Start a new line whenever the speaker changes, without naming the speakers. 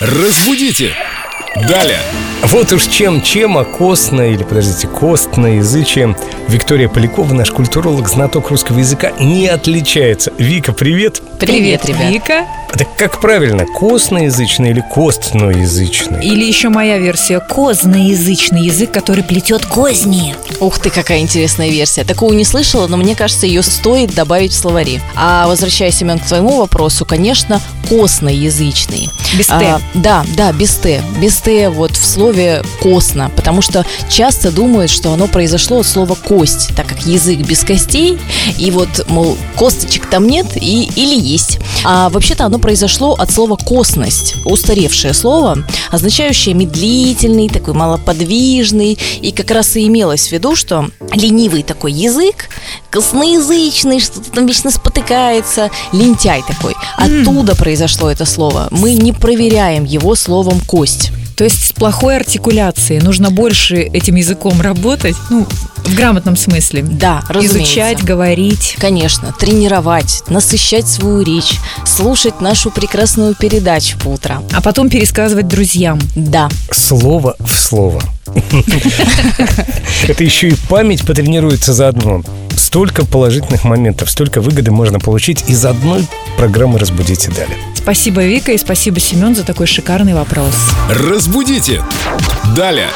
Разбудите! Далее!
Вот уж чем-чем, а костно, или, подождите, костно язычием Виктория Полякова, наш культуролог, знаток русского языка, не отличается. Вика, привет!
Привет, ребят.
Вика.
Так как правильно, костноязычный или костноязычный?
Или еще моя версия козноязычный язык, который плетет козни.
Ух ты, какая интересная версия. Такого не слышала, но мне кажется, ее стоит добавить в словари. А возвращаясь, Семен, к твоему вопросу, конечно, косноязычный.
Без «т».
А, да, да, без Т. Без Т вот в слове «косно», потому что часто думают, что оно произошло от слова «кость», так как язык без костей, и вот, мол, косточек там нет и, или есть. А вообще-то оно произошло от слова «косность», устаревшее слово, означающее медлительный, такой малоподвижный, и как раз и имелось в виду, что ленивый такой язык, косноязычный, что-то там вечно спотыкается, лентяй такой. Оттуда произошло это слово. Мы не проверяем его словом «кость».
То есть с плохой артикуляцией нужно больше этим языком работать, ну, в грамотном смысле.
Да, разумеется.
Изучать, говорить.
Конечно, тренировать, насыщать свою речь, слушать нашу прекрасную передачу по утрам.
А потом пересказывать друзьям.
Да,
Слово в слово. Это еще и память потренируется заодно. Столько положительных моментов, столько выгоды можно получить из одной программы «Разбудите далее».
Спасибо, Вика, и спасибо, Семен, за такой шикарный вопрос.
Разбудите! Далее!